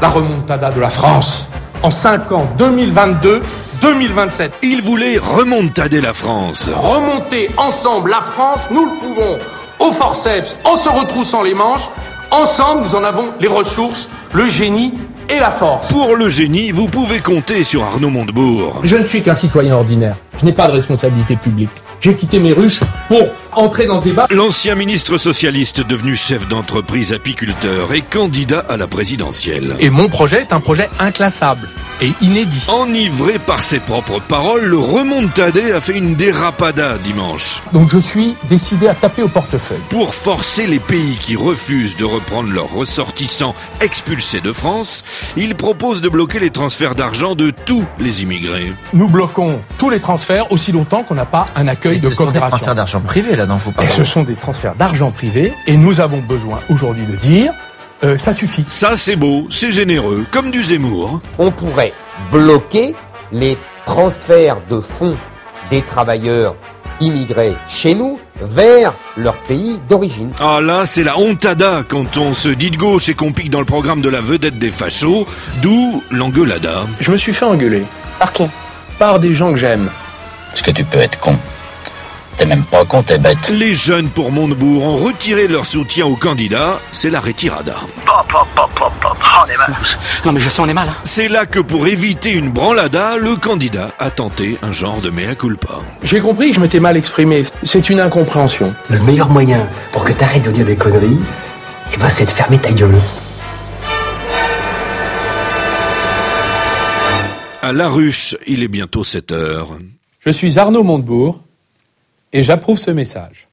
la remontada de la France. En 5 ans, 2022, 2027. Il voulait remontader la France. Remonter ensemble la France, nous le pouvons, au forceps, en se retroussant les manches. Ensemble, nous en avons les ressources, le génie et la force. Pour le génie, vous pouvez compter sur Arnaud Montebourg. Je ne suis qu'un citoyen ordinaire. Je n'ai pas de responsabilité publique. J'ai quitté mes ruches pour entrer dans ce débat. L'ancien ministre socialiste devenu chef d'entreprise apiculteur et candidat à la présidentielle. Et mon projet est un projet inclassable et inédit. Enivré par ses propres paroles, le remontadé a fait une dérapada dimanche. Donc je suis décidé à taper au portefeuille. Pour forcer les pays qui refusent de reprendre leurs ressortissants expulsés de France, il propose de bloquer les transferts d'argent de tous les immigrés. Nous bloquons tous les transferts aussi longtemps qu'on n'a pas un accueil Mais de ce sont des coopération. transferts d'argent privé là, non, faut pas. Et ce sont des transferts d'argent privé et nous avons besoin aujourd'hui de dire euh, ça suffit. Ça c'est beau, c'est généreux, comme du Zemmour. on pourrait bloquer les transferts de fonds des travailleurs immigrés chez nous vers leur pays d'origine. Ah là, c'est la hontada quand on se dit de gauche et qu'on pique dans le programme de la vedette des fachos, d'où l'engueulada. Je me suis fait engueuler. Par qui Par des gens que j'aime. Parce que tu peux être con. T'es même pas con, t'es bête. Les jeunes pour Montebourg ont retiré leur soutien au candidat, c'est la retirada. Non mais je sais, on est mal. hein. C'est là que pour éviter une branlada, le candidat a tenté un genre de mea culpa. J'ai compris que je m'étais mal exprimé. C'est une incompréhension. Le meilleur moyen pour que t'arrêtes de dire des conneries, eh ben, c'est de fermer ta gueule. À La Ruche, il est bientôt 7 heures. Je suis Arnaud Montebourg et j'approuve ce message.